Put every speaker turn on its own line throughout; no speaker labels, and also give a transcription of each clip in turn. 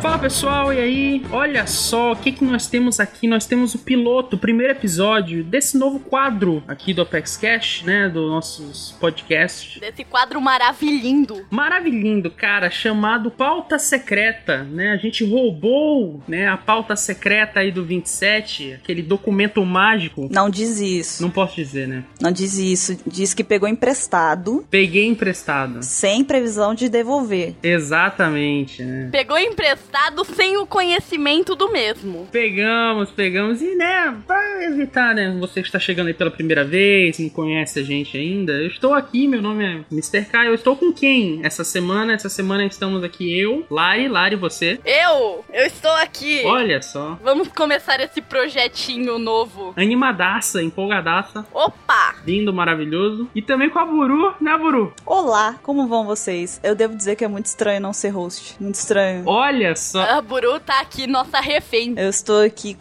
Fala pessoal, e aí? Olha só o que, que nós temos aqui. Nós temos o piloto, o primeiro episódio desse novo quadro aqui do Apex Cash, né? Do nossos podcasts.
Desse quadro maravilhindo.
Maravilhindo, cara, chamado Pauta Secreta, né? A gente roubou, né, a pauta secreta aí do 27, aquele documento mágico.
Não diz isso.
Não posso dizer, né?
Não diz isso. Diz que pegou emprestado,
Peguei emprestado.
sem previsão de devolver.
Exatamente, né?
Pegou emprestado sem o conhecimento do mesmo.
Pegamos, pegamos e, né, pra evitar, né, você que está chegando aí pela primeira vez, não conhece a gente ainda, eu estou aqui, meu nome é Mr. K, eu estou com quem essa semana? Essa semana estamos aqui eu, Lari, Lari, você.
Eu, eu estou aqui.
Olha só,
Vamos começar esse projetinho novo.
animadaça, empolgadaça,
Opa!
lindo, maravilhoso. E também com a Buru, né, Buru?
Olá, como vão vocês? Eu devo dizer que é muito estranho não ser host. Muito estranho.
Olha só.
A Buru tá aqui, nossa refém.
Eu estou aqui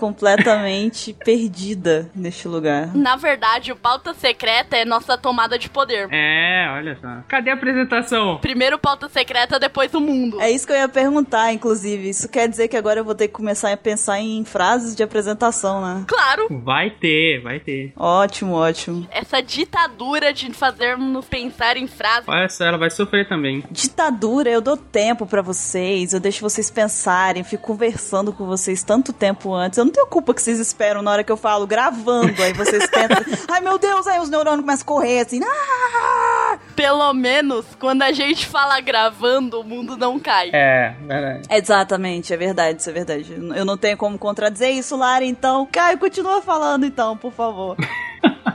completamente perdida neste lugar.
Na verdade, o pauta secreta é nossa tomada de poder.
É, olha só. Cadê a apresentação?
Primeiro pauta secreta, depois o mundo.
É isso que eu ia perguntar, inclusive. Isso quer dizer que agora eu vou ter que começar a pensar em frases de apresentação, né?
Claro,
Vai ter, vai ter.
Ótimo, ótimo.
essa ditadura de fazermos pensar em frases.
Olha só, ela vai sofrer também.
Ditadura, eu dou tempo pra vocês, eu deixo vocês pensarem, fico conversando com vocês tanto tempo antes. Eu não tenho culpa que vocês esperam na hora que eu falo, gravando, aí vocês pensam, ai meu Deus, aí os neurônios começam a correr assim, "Ah!"
Pelo menos, quando a gente fala gravando, o mundo não cai.
É, verdade.
Exatamente, é verdade, isso é verdade. Eu não tenho como contradizer isso, Lara, então. Caio, continua falando então, por favor.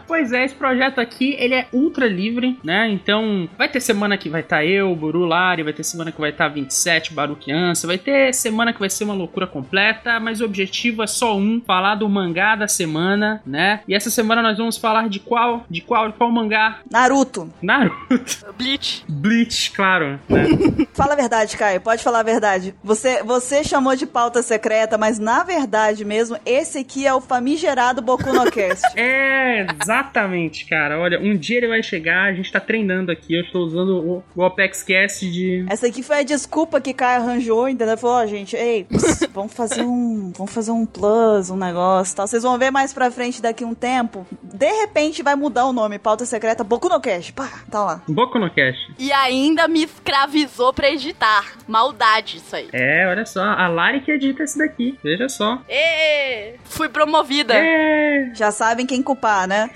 Pois é, esse projeto aqui, ele é ultra livre, né? Então, vai ter semana que vai estar eu, Buru Lari, vai ter semana que vai tá estar 27, Baruque Ansa, vai ter semana que vai ser uma loucura completa, mas o objetivo é só um, falar do mangá da semana, né? E essa semana nós vamos falar de qual, de qual, de qual mangá?
Naruto,
Naruto.
Bleach.
Bleach, claro, né?
fala a verdade, Caio, pode falar a verdade. Você, você chamou de pauta secreta, mas na verdade mesmo, esse aqui é o famigerado Boku no Cast.
É, exatamente, cara. Olha, um dia ele vai chegar, a gente tá treinando aqui, eu estou usando o, o Apex Cast de
Essa aqui foi a desculpa que Caio arranjou, entendeu? Falou, ó, gente, ei, pss, vamos fazer um. Vamos fazer um plus, um negócio e tal. Vocês vão ver mais pra frente daqui um tempo. De repente vai mudar o nome, pauta secreta, Boku no Cash. Pá, tá lá.
Boku no Cast.
E ainda me escravizou pra editar. Maldade isso aí.
É, olha só, a Lari que edita esse daqui, veja só.
Ê, fui promovida.
É.
Já sabem quem culpar, né?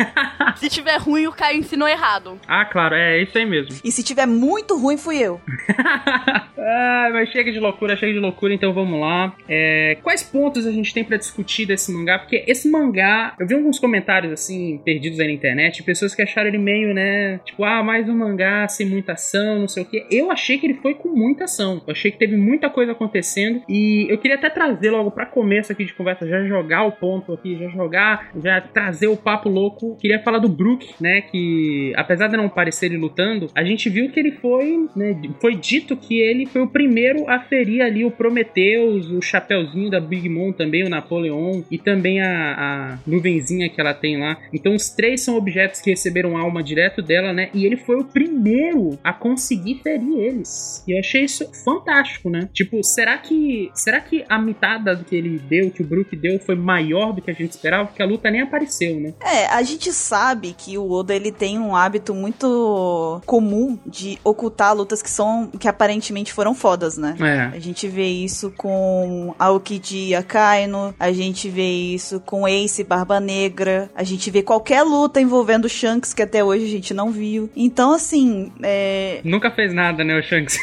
Se tiver ruim, o Caio ensinou errado.
Ah, claro, é isso aí mesmo.
E se tiver muito ruim, fui eu.
ah, mas chega de loucura, chega de loucura, então vamos lá. É, quais pontos a gente tem pra discutir desse mangá? Porque esse mangá, eu vi alguns comentários assim, perdidos aí na internet, de pessoas que acharam ele meio, né? Tipo, ah, mais um mangá sem muita ação, não sei o quê. Eu achei que ele foi com muita ação. Eu achei que teve muita coisa acontecendo. E eu queria até trazer logo pra começo aqui de conversa, já jogar o ponto aqui, já jogar, já trazer o papo louco. Queria falar do Brook, né? Que apesar de não parecer ele lutando, a gente viu que ele foi, né? Foi dito que ele foi o primeiro a ferir ali o Prometheus, o chapeuzinho da Big Mom também, o Napoleon, e também a, a nuvenzinha que ela tem lá. Então os três são objetos que receberam alma direto dela, né? E ele foi o primeiro a conseguir ferir eles. E eu achei isso fantástico, né? Tipo, será que será que a mitada que ele deu, que o Brook deu, foi maior do que a gente esperava? Porque a luta nem apareceu, né?
É, a gente sabe que o Oda ele tem um hábito muito comum de ocultar lutas que são que aparentemente foram fodas, né?
É.
A gente vê isso com Aokiji Akainu, a gente vê isso com Ace Barba Negra, a gente vê qualquer luta envolvendo Shanks que até hoje a gente não viu. Então, assim, é.
Nunca fez nada, né, o Shanks?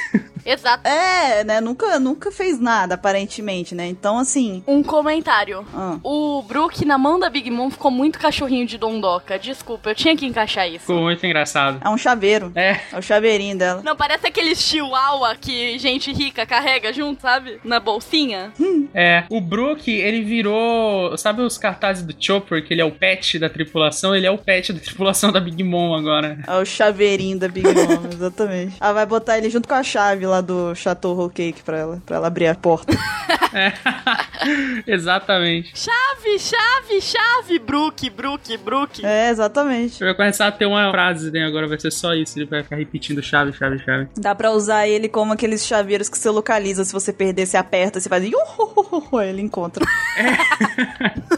Exato.
É, né? Nunca, nunca fez nada, aparentemente, né? Então, assim.
Um comentário.
ah,
O Brook na mão da Big Mom ficou muito cachorrinho de dondoca. Desculpa, eu tinha que encaixar isso.
Ficou muito engraçado.
é um chaveiro.
É.
É o chaveirinho dela.
Não, parece aquele chihuahua que gente rica carrega junto, sabe? Na bolsinha.
É, o Brook, ele virou. Sabe os cartazes do Chopper, que ele é o pet da tripulação? Ele é o pet da tripulação da Big Mom agora.
É o chaveirinho da Big Mom, exatamente. Ela vai botar ele junto com a chave lá lá do Chateau Whole Cake pra ela, pra ela abrir a porta.
É. Exatamente.
Chave, chave, chave, Brook, Brook, Brook.
é, exatamente.
Você vai começar a ter uma frase, né? Agora vai ser só isso. Ele vai ficar repetindo chave, chave, chave.
Dá pra usar ele como aqueles chaveiros que você localiza. Se você perder, você aperta, você faz. "Iuhuhuhuhu", Aí ele encontra.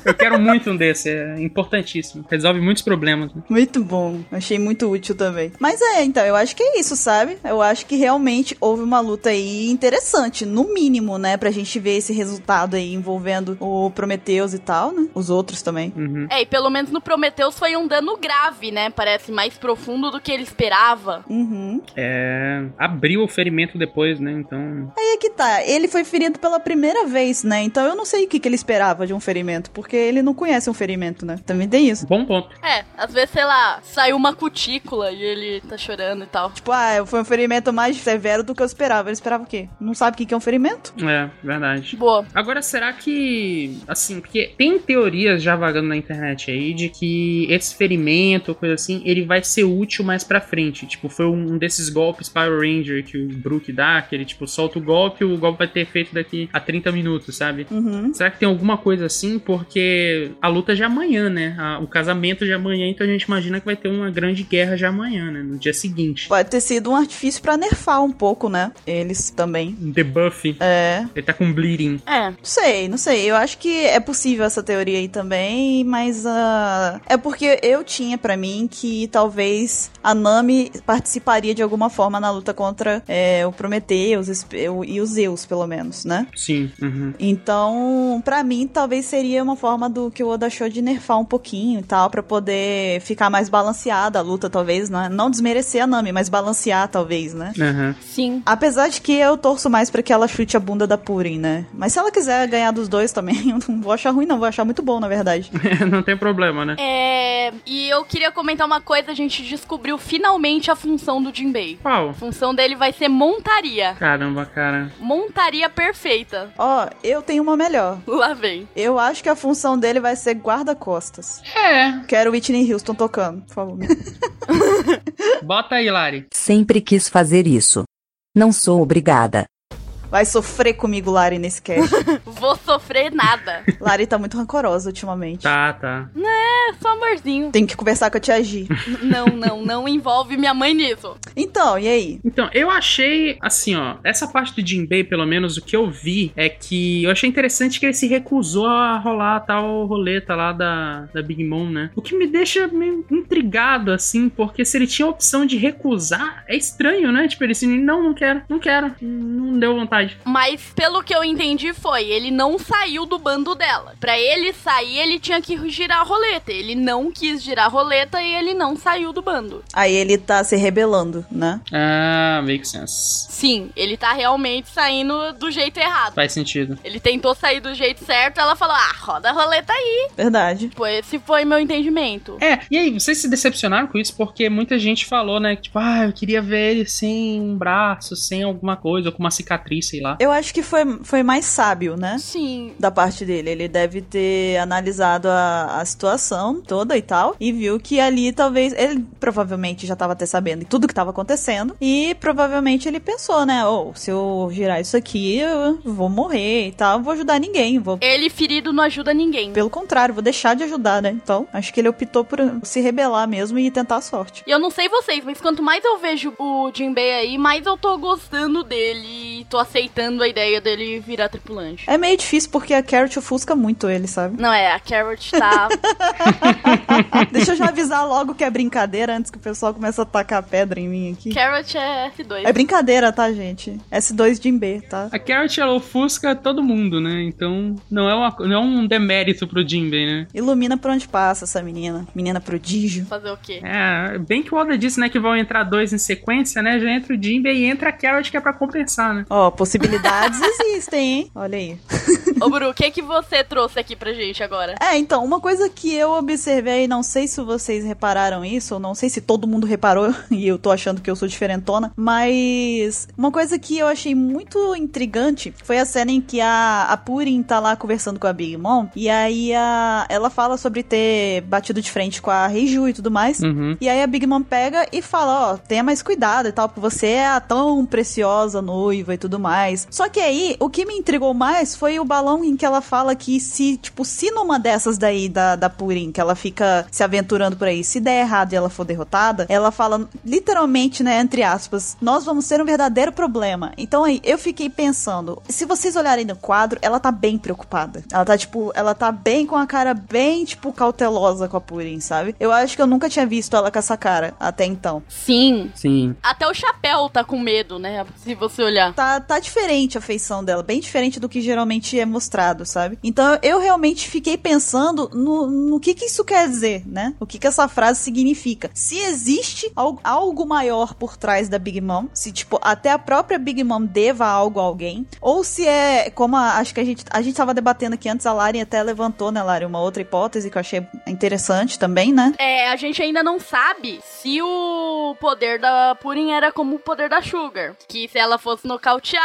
Eu quero muito um desse. É importantíssimo. Resolve muitos problemas. né?
Muito bom. Achei muito útil também. Mas é, então, eu acho que é isso, sabe? Eu acho que realmente houve uma luta aí interessante, no mínimo, né? Pra gente ver esse resultado aí envolvendo o Prometheus e tal, né? Os outros também.
Uhum.
É, e pelo menos no Prometheus foi um dano grave, né? Parece mais profundo do que ele esperava.
Uhum.
É, abriu o ferimento depois, né? Então.
Aí é que tá. Ele foi ferido pela primeira vez, né? Então eu não sei o que, que ele esperava de um ferimento, porque ele não conhece um ferimento, né? Também tem isso.
Bom ponto.
É, às vezes, sei lá, saiu uma cutícula e ele tá chorando e tal.
Tipo, ah, foi um ferimento mais severo do que eu esperava. Ele esperava o quê? Não sabe o que, que é um ferimento?
É, verdade.
Tipo, Boa.
Agora, será que. Assim, porque tem teorias já vagando na internet aí de que esse ferimento, coisa assim, ele vai ser útil mais pra frente. Tipo, foi um desses golpes Power Ranger que o Brook dá, que ele, tipo, solta o golpe e o golpe vai ter efeito daqui a 30 minutos, sabe?
Uhum.
Será que tem alguma coisa assim? Porque a luta já é amanhã, né? A- o casamento já é amanhã, então a gente imagina que vai ter uma grande guerra já amanhã, né? No dia seguinte.
Pode ter sido um artifício pra nerfar um pouco, né? Eles também.
Um debuff.
É.
Ele tá com bleeding.
É,
Não sei, não sei. Eu acho que é possível essa teoria aí também, mas ah, é porque eu tinha pra mim que talvez a Nami participaria de alguma forma na luta contra é, o Prometheus esp- o- e os Zeus, pelo menos, né?
Sim. Uhum.
Então, pra mim, talvez seria uma forma do que o Oda achou de nerfar um pouquinho e tal, pra poder ficar mais balanceada a luta, talvez, né? Não desmerecer a Nami, mas balancear, talvez, né?
Aham.
sim.
Apesar de que eu torço mais pra que ela chute a bunda da Purim, né? Mas se ela quiser ganhar dos dois também, eu não vou achar ruim, não. Vou achar muito bom, na verdade.
Não tem problema, né?
É, e eu queria comentar uma coisa, a gente descobriu finalmente a função do Jinbei.
Qual?
A função dele vai ser montaria.
Caramba, cara.
Montaria perfeita.
Ó, eu tenho uma melhor.
Lá vem.
Eu acho que a função dele vai ser guarda-costas.
É.
Quero Whitney Houston tocando, por favor.
Bota aí, Lari.
Sempre quis fazer isso. Não sou obrigada.
Vai sofrer comigo, Lari, nesse cast.
Vou sofrer nada.
Lari tá muito rancorosa ultimamente.
Tá, tá.
É só amorzinho.
Tem que conversar com a tia G.
N- Não, não, não envolve minha mãe nisso.
Então, e aí?
Então, eu achei, assim, ó, essa parte do Jinbei, pelo menos, o que eu vi é que eu achei interessante que ele se recusou a rolar a tal roleta lá da, da Big Mom, né? O que me deixa meio intrigado, assim, porque se ele tinha a opção de recusar, é estranho, né? Tipo, ele assim, não, não quero, não quero, não deu vontade.
Mas pelo que eu entendi foi, ele não saiu do bando dela. Pra ele sair, ele tinha que girar a roleta. Ele não quis girar a roleta e ele não saiu do bando.
Aí ele tá se rebelando, né?
Ah, makes sense.
Sim, ele tá realmente saindo do jeito errado.
Faz sentido.
Ele tentou sair do jeito certo, ela falou: "Ah, roda a roleta aí".
Verdade.
Pô, esse foi meu entendimento.
É, e aí, vocês se decepcionaram com isso? Porque muita gente falou, né? Tipo, ah, eu queria ver ele sem um braço, sem alguma coisa, ou com uma cicatriz, sei lá.
Eu acho que foi, foi mais sábio, né?
Sim.
da parte dele. Ele deve ter analisado a, a situação toda e tal, e viu que ali talvez. Ele provavelmente já tava até sabendo tudo que tava acontecendo, e provavelmente ele pensou, né? Ou se eu girar isso aqui, eu vou morrer e tal, vou ajudar ninguém, vou.
Ele ferido não ajuda ninguém.
Pelo contrário, vou deixar de ajudar, né? Então, acho que ele optou por se rebelar mesmo e tentar a sorte.
E eu não sei vocês, mas quanto mais eu vejo o Jinbei aí, mais eu tô gostando dele e tô aceitando a ideia dele virar tripulante.
É meio difícil porque a Carrot ofusca muito ele, sabe?
Não é, a Carrot tá.
Deixa eu já avisar logo que é brincadeira antes que o pessoal comece a tacar pedra em mim aqui.
Carrot é F2.
É brincadeira, tá, gente? S2 Jim B, tá?
A Carrot ela ofusca todo mundo, né? Então não é, uma, não é um demérito pro Jinbei, né?
Ilumina por onde passa essa menina. Menina prodígio.
Fazer o quê?
É, bem que o Oda disse, né, que vão entrar dois em sequência, né? Já entra o Jinbei e entra a Carrot que é pra compensar, né?
Ó, possibilidades existem, hein? Olha aí.
Ô, Bru, o que, que você trouxe aqui pra gente agora?
É, então, uma coisa que eu observei, não sei se vocês repararam isso, ou não sei se todo mundo reparou, e eu tô achando que eu sou diferentona, mas uma coisa que eu achei muito intrigante foi a cena em que a, a Purim tá lá conversando com a Big Mom, e aí a, ela fala sobre ter batido de frente com a Reiju e tudo mais,
Uhum.
e aí a Big Mom pega e fala, ó, tenha mais cuidado e tal, porque você é a tão preciosa noiva e tudo mais. Só que aí, o que me intrigou mais foi o balão em que ela fala que se, tipo, se numa dessas daí da, da Purim, que ela fica se aventurando por aí, se der errado e ela for derrotada, ela fala, literalmente, né, entre aspas, nós vamos ser um verdadeiro problema. Então aí, eu fiquei pensando, se vocês olharem no quadro, ela tá bem preocupada. Ela tá, tipo, ela tá bem com a cara bem, tipo, cautelosa com a Purim, sabe? Eu acho que eu nunca tinha visto ela com essa cara até então.
Sim.
Sim.
Até o chapéu tá com medo, né? Se você olhar.
Tá, tá diferente a feição dela, bem diferente do que geralmente é mostrado, sabe? Então eu realmente fiquei pensando no, no que que isso quer dizer, né? O que que essa frase significa. Se existe al- algo maior por trás da Big Mom, se tipo, até a própria Big Mom deva algo a alguém, ou se é, como a- acho que a gente, a gente tava debatendo aqui antes, a Lari até levantou, né, Lari, uma outra hipótese que eu achei interessante também, né?
É, a gente ainda não sabe se o poder da Purim era como o poder da Sugar. Que se ela fosse nocauteada,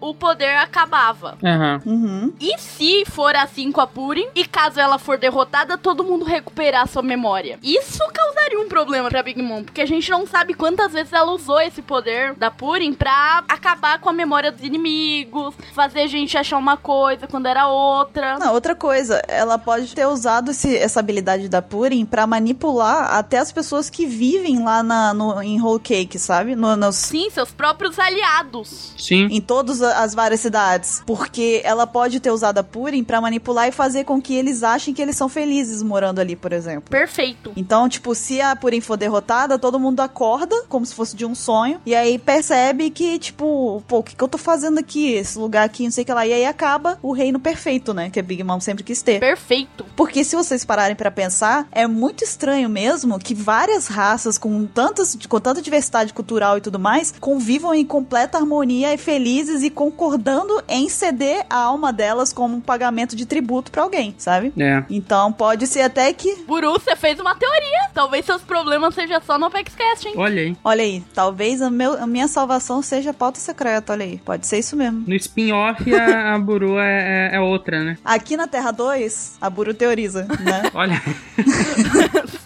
o poder acabava.
Aham.
Uhum.
E se for assim com a Purim, e caso ela for derrotada, todo mundo recuperar sua memória? Isso causaria um problema pra Big Mom, porque a gente não sabe quantas vezes ela usou esse poder da Purim pra acabar com a memória dos inimigos, fazer a gente achar uma coisa quando era outra.
Não, outra coisa, ela pode ter usado esse- essa habilidade da Purim pra manipular até as pessoas que vivem lá na, no, em Whole Cake, sabe? No, nos,
Sim, seus próprios aliados.
Sim.
em todas a- as várias cidades. Porque ela pode ter usado a Purim pra manipular e fazer com que eles achem que eles são felizes morando ali, por exemplo.
Perfeito.
Então, tipo, se a Purim for derrotada, todo mundo acorda, como se fosse de um sonho, e aí percebe que, tipo, pô, o que, que eu tô fazendo aqui? Esse lugar aqui, não sei o que lá. E aí acaba o reino perfeito, né? Que a Big Mom sempre quis ter.
Perfeito.
Porque se vocês pararem pra pensar, é muito estranho mesmo que várias raças com tantas com tanta diversidade cultural e tudo mais convivam em completa harmonia e felizes e concordando em ceder a alma delas como um pagamento de tributo pra alguém, sabe?
É.
Então pode ser até que,
Buru, você fez uma teoria. Talvez seus problemas sejam só no ApexCast, hein?
Olha aí.
olha aí, talvez a, meu- a minha salvação seja a pauta secreta, olha aí. Pode ser isso mesmo.
No spin-off, a, a Buru é, é- é outra, né?
Aqui na Terra 2, a Buru teoriza, né?
Olha.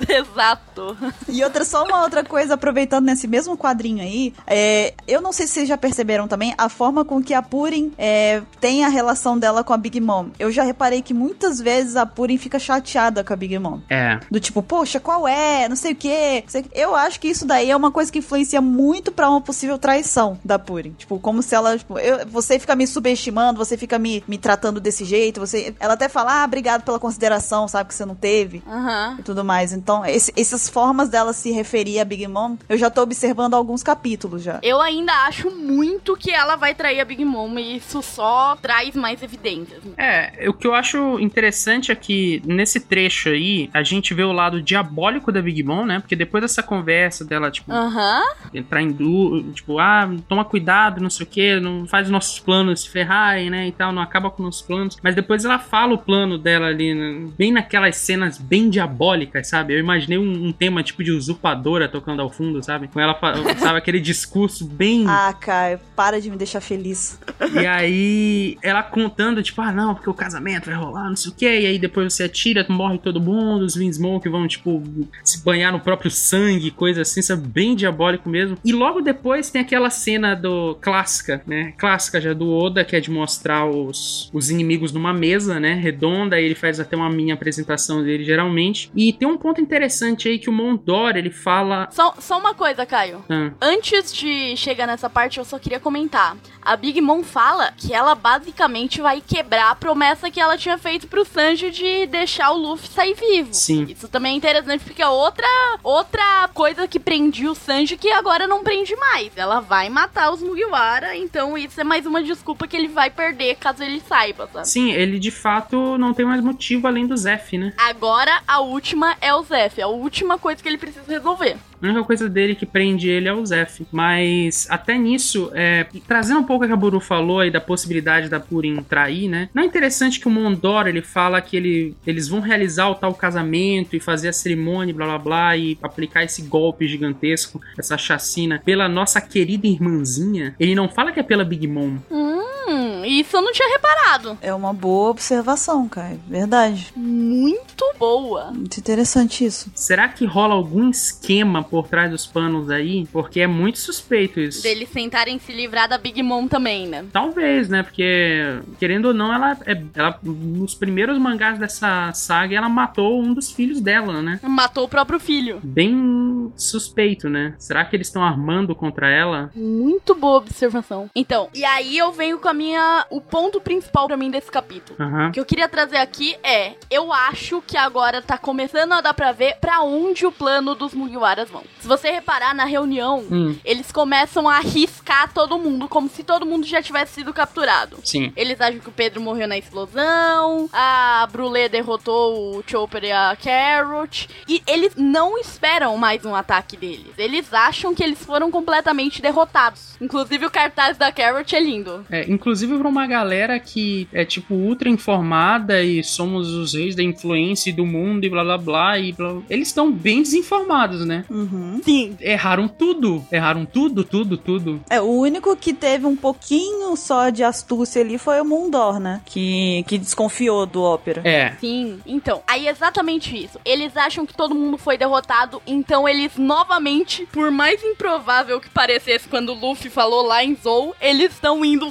Exato.
E outra, só uma outra coisa, aproveitando nesse mesmo quadrinho aí, é, eu não sei se vocês já perceberam também a forma com que a Purim é, tem a relação dela com a Big Mom. Eu já reparei que muitas vezes a Purim fica chateada com a Big Mom.
É.
Do tipo, poxa, qual é? Não sei o quê. não sei o quê. Eu acho que isso daí é uma coisa que influencia muito pra uma possível traição da Purim. Tipo, como se ela. Tipo, eu- você fica me subestimando, você fica me, me tratando desse jeito. Você, ela até fala, ah, obrigado pela consideração, sabe, que você não teve
Aham.
e tudo mais. Então, esse- essas formas dela se referir a Big Mom, eu já tô observando alguns capítulos já.
Eu ainda acho muito que ela vai trair a Big Mom e isso só traz mais evidências.
É, o que eu acho interessante é que nesse trecho aí, a gente vê o lado diabólico da Big Mom, né? Porque depois dessa conversa dela, tipo,
Aham.
entrar em dúvida, tipo, ah, toma cuidado, não sei o que, não faz nossos planos se ferrarem, né, e tal, não acaba com nossos planos. Mas depois ela fala o plano dela ali, né, bem naquelas cenas bem diabólicas, sabe? Eu imaginei um, um tema tipo de usurpadora tocando ao fundo, sabe? Com ela, fa- sabe, aquele discurso bem...
Ah, Caio, para de me deixar feliz.
E aí, ela contando, tipo, ah, não, porque o casamento vai rolar, não sei o que, e aí depois você atira, morre todo mundo, os Vinsmoke vão, tipo, se banhar no próprio sangue, coisa assim, isso é bem diabólico mesmo. E logo depois tem aquela cena do clássica, né? Clássica já do Oda, que é de mostrar os, os inimigos numa mesa, né? Redonda, aí ele faz até uma minha apresentação dele, geralmente. E tem um ponto interessante aí que o Mondor, ele fala.
Só, só uma coisa, Caio.
Ah,
Antes de chegar nessa parte, eu só queria comentar. A Big Mom fala que ela basicamente vai quebrar a promessa que ela tinha feito pro Sanji de deixar o Luffy sair vivo.
Sim.
Isso também é interessante porque é outra, outra coisa que prendia o Sanji que agora não prende mais. Ela vai matar os Mugiwara, então isso é mais uma desculpa que ele vai perder caso ele saiba, sabe?
Sim, ele de fato não tem mais motivo além do Zef, né?
Agora a última é o Zef. É a última coisa que ele precisa resolver.
A única coisa dele que prende ele é o Zef. Mas até nisso, é, trazendo um pouco o que a Buru falou aí da possibilidade da Purim trair, né? Não é interessante que o Mondor ele fala que ele, eles vão realizar o tal casamento e fazer a cerimônia, blá blá blá, e aplicar esse golpe gigantesco, essa chacina, pela nossa querida irmãzinha. Ele não fala que é pela Big Mom.
Hum, isso eu não tinha reparado.
É uma boa observação, Caio. Verdade.
Muito boa.
Muito interessante isso.
Será que rola algum esquema por trás dos panos aí? Porque é muito suspeito isso.
Deles tentarem se livrar da Big Mom também, né?
Talvez, né? Porque, querendo ou não, ela, é, ela nos primeiros mangás dessa saga, ela matou um dos filhos dela, né?
Matou o próprio filho.
Bem suspeito, né? Será que eles estão armando contra ela?
Muito boa observação. Então, e aí eu venho com a minha. O ponto principal pra mim desse capítulo.
Aham.
O que eu queria trazer aqui é: eu acho que agora tá começando a dar pra ver pra onde o plano dos Mugiwaras vão. Se você reparar na reunião,
Hum,
eles começam a arriscar todo mundo, como se todo mundo já tivesse sido capturado.
sim.
Eles acham que o Pedro morreu na explosão, a Brulé derrotou o Chopper e a Carrot. E eles não esperam mais um ataque deles. Eles acham que eles foram completamente derrotados. Inclusive o cartaz da Carrot é lindo.
É, inclusive pra uma galera que é tipo ultra informada e somos os reis da influência e do mundo e blá blá blá e blá. Eles estão bem desinformados, né?
Uhum.
Sim.
Erraram tudo, erraram tudo, tudo, tudo.
É, o único que teve um pouquinho só de astúcia ali foi o Mundor, né? Que, que desconfiou do ópera.
É.
Sim, então, aí é exatamente isso. Eles acham que todo mundo foi derrotado, então eles novamente, por mais improvável que parecesse quando o Luffy falou lá em Zou, eles estão indo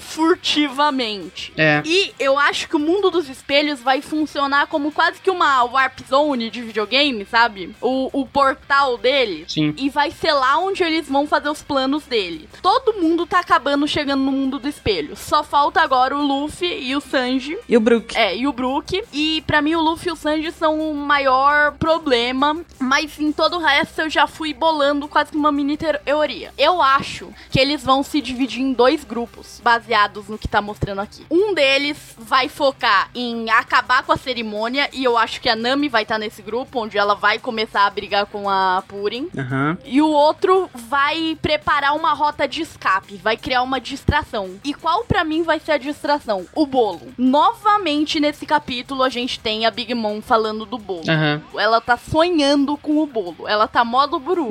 furtivamente.
É.
E eu acho que o mundo dos espelhos vai funcionar como quase que uma Warp Zone de videogame, sabe? O, o portal dele.
Sim.
E vai ser lá onde eles vão fazer os planos dele. Todo mundo tá acabando chegando no mundo do espelho. Só falta agora o Luffy e o Sanji.
E o Brook?
É, e o Brook. E pra mim o Luffy e o Sanji são o maior problema. Mas em todo o resto eu já fui bolando quase que uma mini ter- teoria. Eu acho que eles vão se dividir em dois grupos, baseados no que tá mostrando aqui. Um deles vai focar em acabar com a cerimônia. E eu acho que a Nami vai estar nesse grupo, onde ela vai começar a brigar com a Purim.
Aham.
E o outro vai preparar uma rota de escape, vai criar uma distração. E qual pra mim vai ser a distração? O bolo. Novamente nesse capítulo a gente tem a Big Mom falando do bolo.
Aham.
Ela tá sonhando com o bolo. Ela tá modo buru.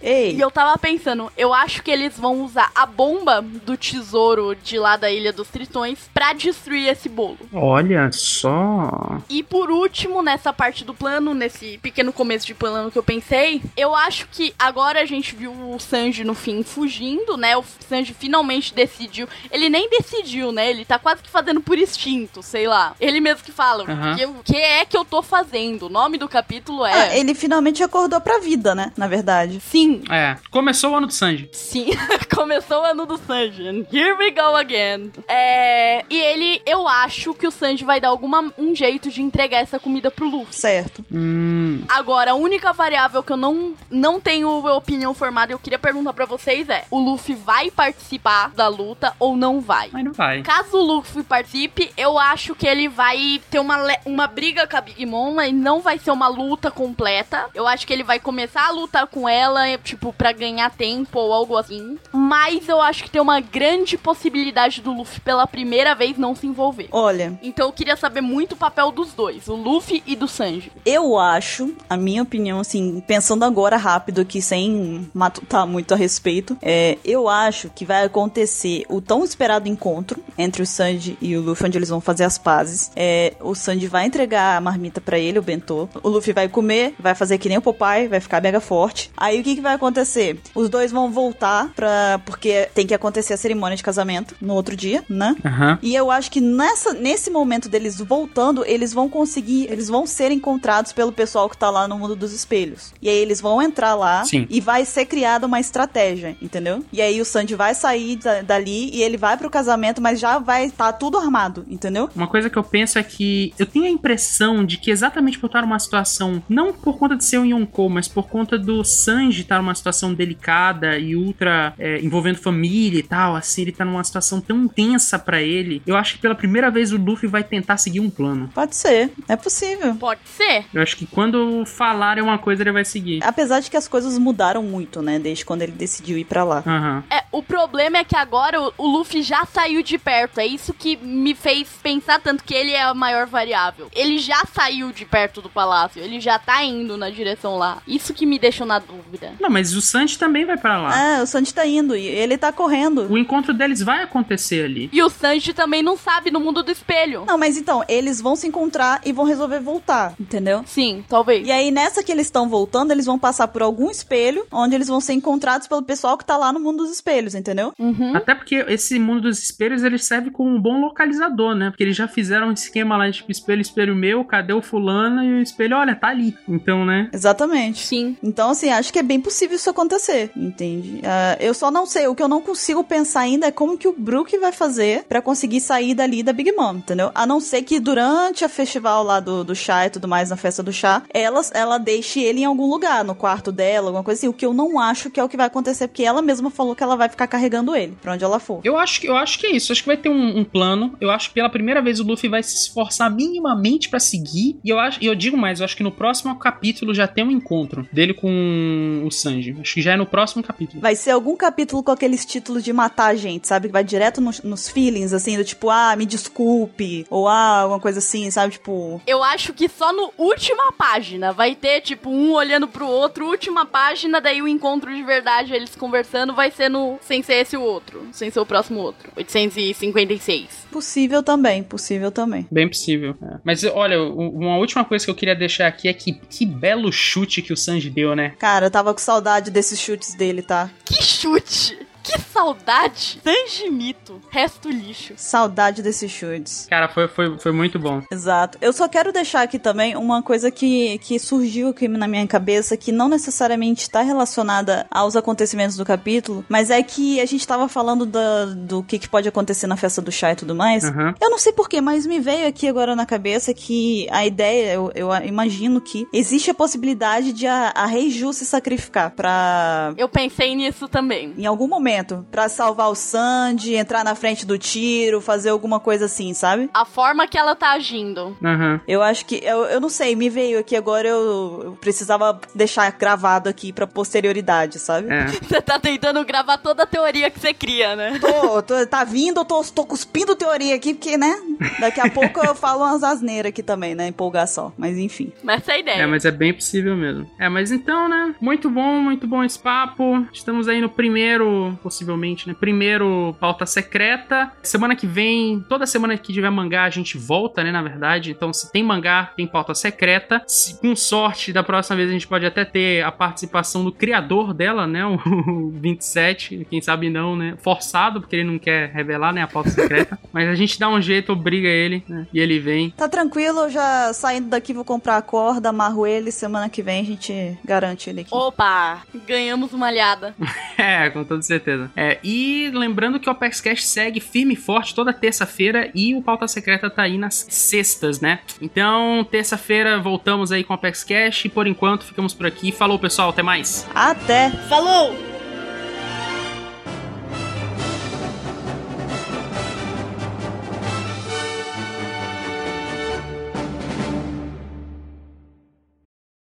Ei,
E eu tava pensando, eu acho que eles vão usar a bomba do tesouro de lá da Ilha dos Tritões pra destruir esse bolo.
Olha só.
E por último, nessa parte do plano, nesse pequeno começo de plano que eu pensei, eu acho que agora a gente viu o Sanji no fim fugindo, né? O Sanji finalmente decidiu. Ele nem decidiu, né? Ele tá quase que fazendo por instinto, sei lá. Ele mesmo que fala,
Aham.
"Que- o que é que eu tô fazendo? O nome do capítulo é.
ah, ele finalmente acordou pra vida, né? Na verdade.
Sim,
É. Começou o ano do Sanji.
Sim, começou o ano do Sanji. And Here we go again. É. E ele, eu acho que o Sanji vai dar alguma, um jeito de entregar essa comida pro Luffy.
Certo.
Hum.
Agora, a única variável que eu não, não tenho opinião formada e eu queria perguntar pra vocês é: o Luffy vai participar da luta ou não vai?
Mas não vai.
Caso o Luffy participe, eu acho que ele vai ter uma, le- uma briga com a Big Mom, mas não vai ser uma luta completa. Eu acho que ele vai começar a lutar com ela, é, tipo, pra ganhar tempo ou algo assim. Mas eu acho que tem uma grande possibilidade do Luffy pela primeira vez não se envolver.
Olha,
Então eu queria saber muito o papel dos dois, o Luffy e do Sanji.
eu acho, a minha opinião, assim, pensando agora rápido aqui, sem matutar muito a respeito, é, eu acho que vai acontecer o tão esperado encontro entre o Sanji e o Luffy, onde eles vão fazer as pazes. É, o Sanji vai entregar a marmita pra ele, o bentô. O Luffy vai comer, vai fazer que nem o Popeye, vai ficar mega forte. Aí o que, que vai acontecer? Os dois vão voltar pra. Porque tem que acontecer a cerimônia de casamento no outro dia, né?
Aham.
E eu acho que nessa, nesse momento deles voltando, eles vão conseguir, eles vão ser encontrados pelo pessoal que tá lá no mundo dos espelhos. E aí eles vão entrar lá
Sim.
e vai ser criada uma estratégia, entendeu? E aí o Sandy vai sair da- dali e ele vai vai pro casamento, mas já vai estar tudo armado, entendeu?
Uma coisa que eu penso é que eu tenho a impressão de que exatamente por estar numa situação, não por conta de ser um Yonkou, mas por conta do Sanji estar numa situação delicada e ultra é, envolvendo família e tal, assim, ele tá numa situação tão intensa pra ele. Eu acho que pela primeira vez o Luffy vai tentar seguir um plano.
Pode ser, é possível.
Pode ser.
Eu acho que quando falarem uma coisa ele vai seguir.
Apesar de que as coisas mudaram muito, né, desde quando ele decidiu ir pra lá.
Aham.
É, o problema é que agora o, o Luffy já saiu de perto. É isso que me fez pensar tanto que ele é a maior variável. Ele já saiu de perto do palácio. Ele já tá indo na direção lá. Isso que me deixou na dúvida.
Não, mas o Sanji também vai pra lá.
Ah, o Sanji tá indo e ele tá correndo.
O encontro deles vai acontecer ali.
E o Sanji também não sabe no mundo do espelho.
Não, mas então, eles vão se encontrar e vão resolver voltar, entendeu?
Sim, talvez.
E aí, nessa que eles estão voltando, eles vão passar por algum espelho, onde eles vão ser encontrados pelo pessoal que tá lá no mundo dos espelhos, entendeu?
Uhum.
Até porque esse mundo dos espelhos ele serve como um bom localizador, né? Porque eles já fizeram um esquema lá, tipo, espelho, espelho meu, cadê o fulano? E o espelho, olha, tá ali. Então, né?
Exatamente.
Sim.
Então, assim, acho que é bem possível isso acontecer, entende? Ah, eu só não sei, o que eu não consigo pensar ainda é como que o Brook vai fazer pra conseguir sair dali da Big Mom, entendeu? A não ser que durante a festival lá do, do chá e tudo mais, na festa do chá, ela, ela deixe ele em algum lugar, no quarto dela, alguma coisa assim, o que eu não acho que é o que vai acontecer, porque ela mesma falou que ela vai ficar carregando ele, pra onde ela for.
Eu acho que, eu acho que é isso. Acho que vai ter um, um plano. Eu acho que pela primeira vez o Luffy vai se esforçar minimamente pra seguir. E eu, acho, e eu digo mais, eu acho que no próximo capítulo já tem um encontro dele com o Sanji. Acho que já é no próximo capítulo.
Vai ser algum capítulo com aqueles títulos de matar a gente, sabe? Que vai direto nos, nos feelings, assim, do tipo, ah, me desculpe, ou ah, alguma coisa assim, sabe? Tipo,
Eu acho que só no última página vai ter, tipo, um olhando pro outro, última página, daí o encontro de verdade, eles conversando, vai ser no. sem ser esse o outro. Sem ser o próximo outro. 856.
possível também, possível também.
Bem possível. É. Mas olha, u- uma última coisa que eu queria deixar aqui é que que belo chute que o Sanji deu, né?
Cara, eu tava com saudade desses chutes dele, tá?
Que chute! Que saudade! Sanji Mito. Resto lixo.
Saudade desses chutes.
Cara, foi, foi, foi muito bom.
Exato. Eu só quero deixar aqui também uma coisa que, que surgiu aqui na minha cabeça, que não necessariamente está relacionada aos acontecimentos do capítulo, mas é que a gente tava falando da- do que, que pode acontecer na festa do chá e tudo mais.
Aham.
Eu não sei porquê, mas me veio aqui agora na cabeça que a ideia, eu, eu imagino que existe a possibilidade de a, a Rei Ju se sacrificar pra.
Eu pensei nisso também.
Em algum momento, pra salvar o Sandy, entrar na frente do tiro, fazer alguma coisa assim, sabe?
A forma que ela tá agindo.
Aham.
Eu acho que. Eu, eu não sei, me veio aqui agora, eu, eu precisava deixar gravado aqui pra posterioridade, sabe?
É.
Você tá tentando gravar toda a teoria que você cria, né?
Tô, tô- tá vindo, eu tô, tô cuspindo teoria aqui, porque, né? Daqui a pouco eu falo umas asneiras aqui também, né? Empolgação. Mas enfim.
Mas essa é a ideia.
É, mas é bem possível mesmo. É, mas então, né? Muito bom, muito bom esse papo. Estamos aí no primeiro, possivelmente, né? Primeiro pauta secreta. Semana que vem, toda semana que tiver mangá, a gente volta, né? Na verdade. Então, se tem mangá, tem pauta secreta. Se, com sorte, da próxima vez a gente pode até ter a participação do criador dela, né? O 27. Quem sabe não, né? Forçado, porque ele não quer revelar, né? A pauta secreta. mas a gente dá um jeito, obriga ele, né? E ele vem.
Tá tranquilo, eu já saindo daqui vou comprar a corda, amarro ele, semana que vem a gente garante ele aqui.
Opa! Ganhamos uma alhada.
É, com toda certeza. É, e lembrando que o Apex Cash segue firme e forte toda terça-feira e o Pauta Secreta tá aí nas sextas, né? Então, terça-feira voltamos aí com o Apex Cash e por enquanto ficamos por aqui. Falou, pessoal, até mais.
Até!
Falou!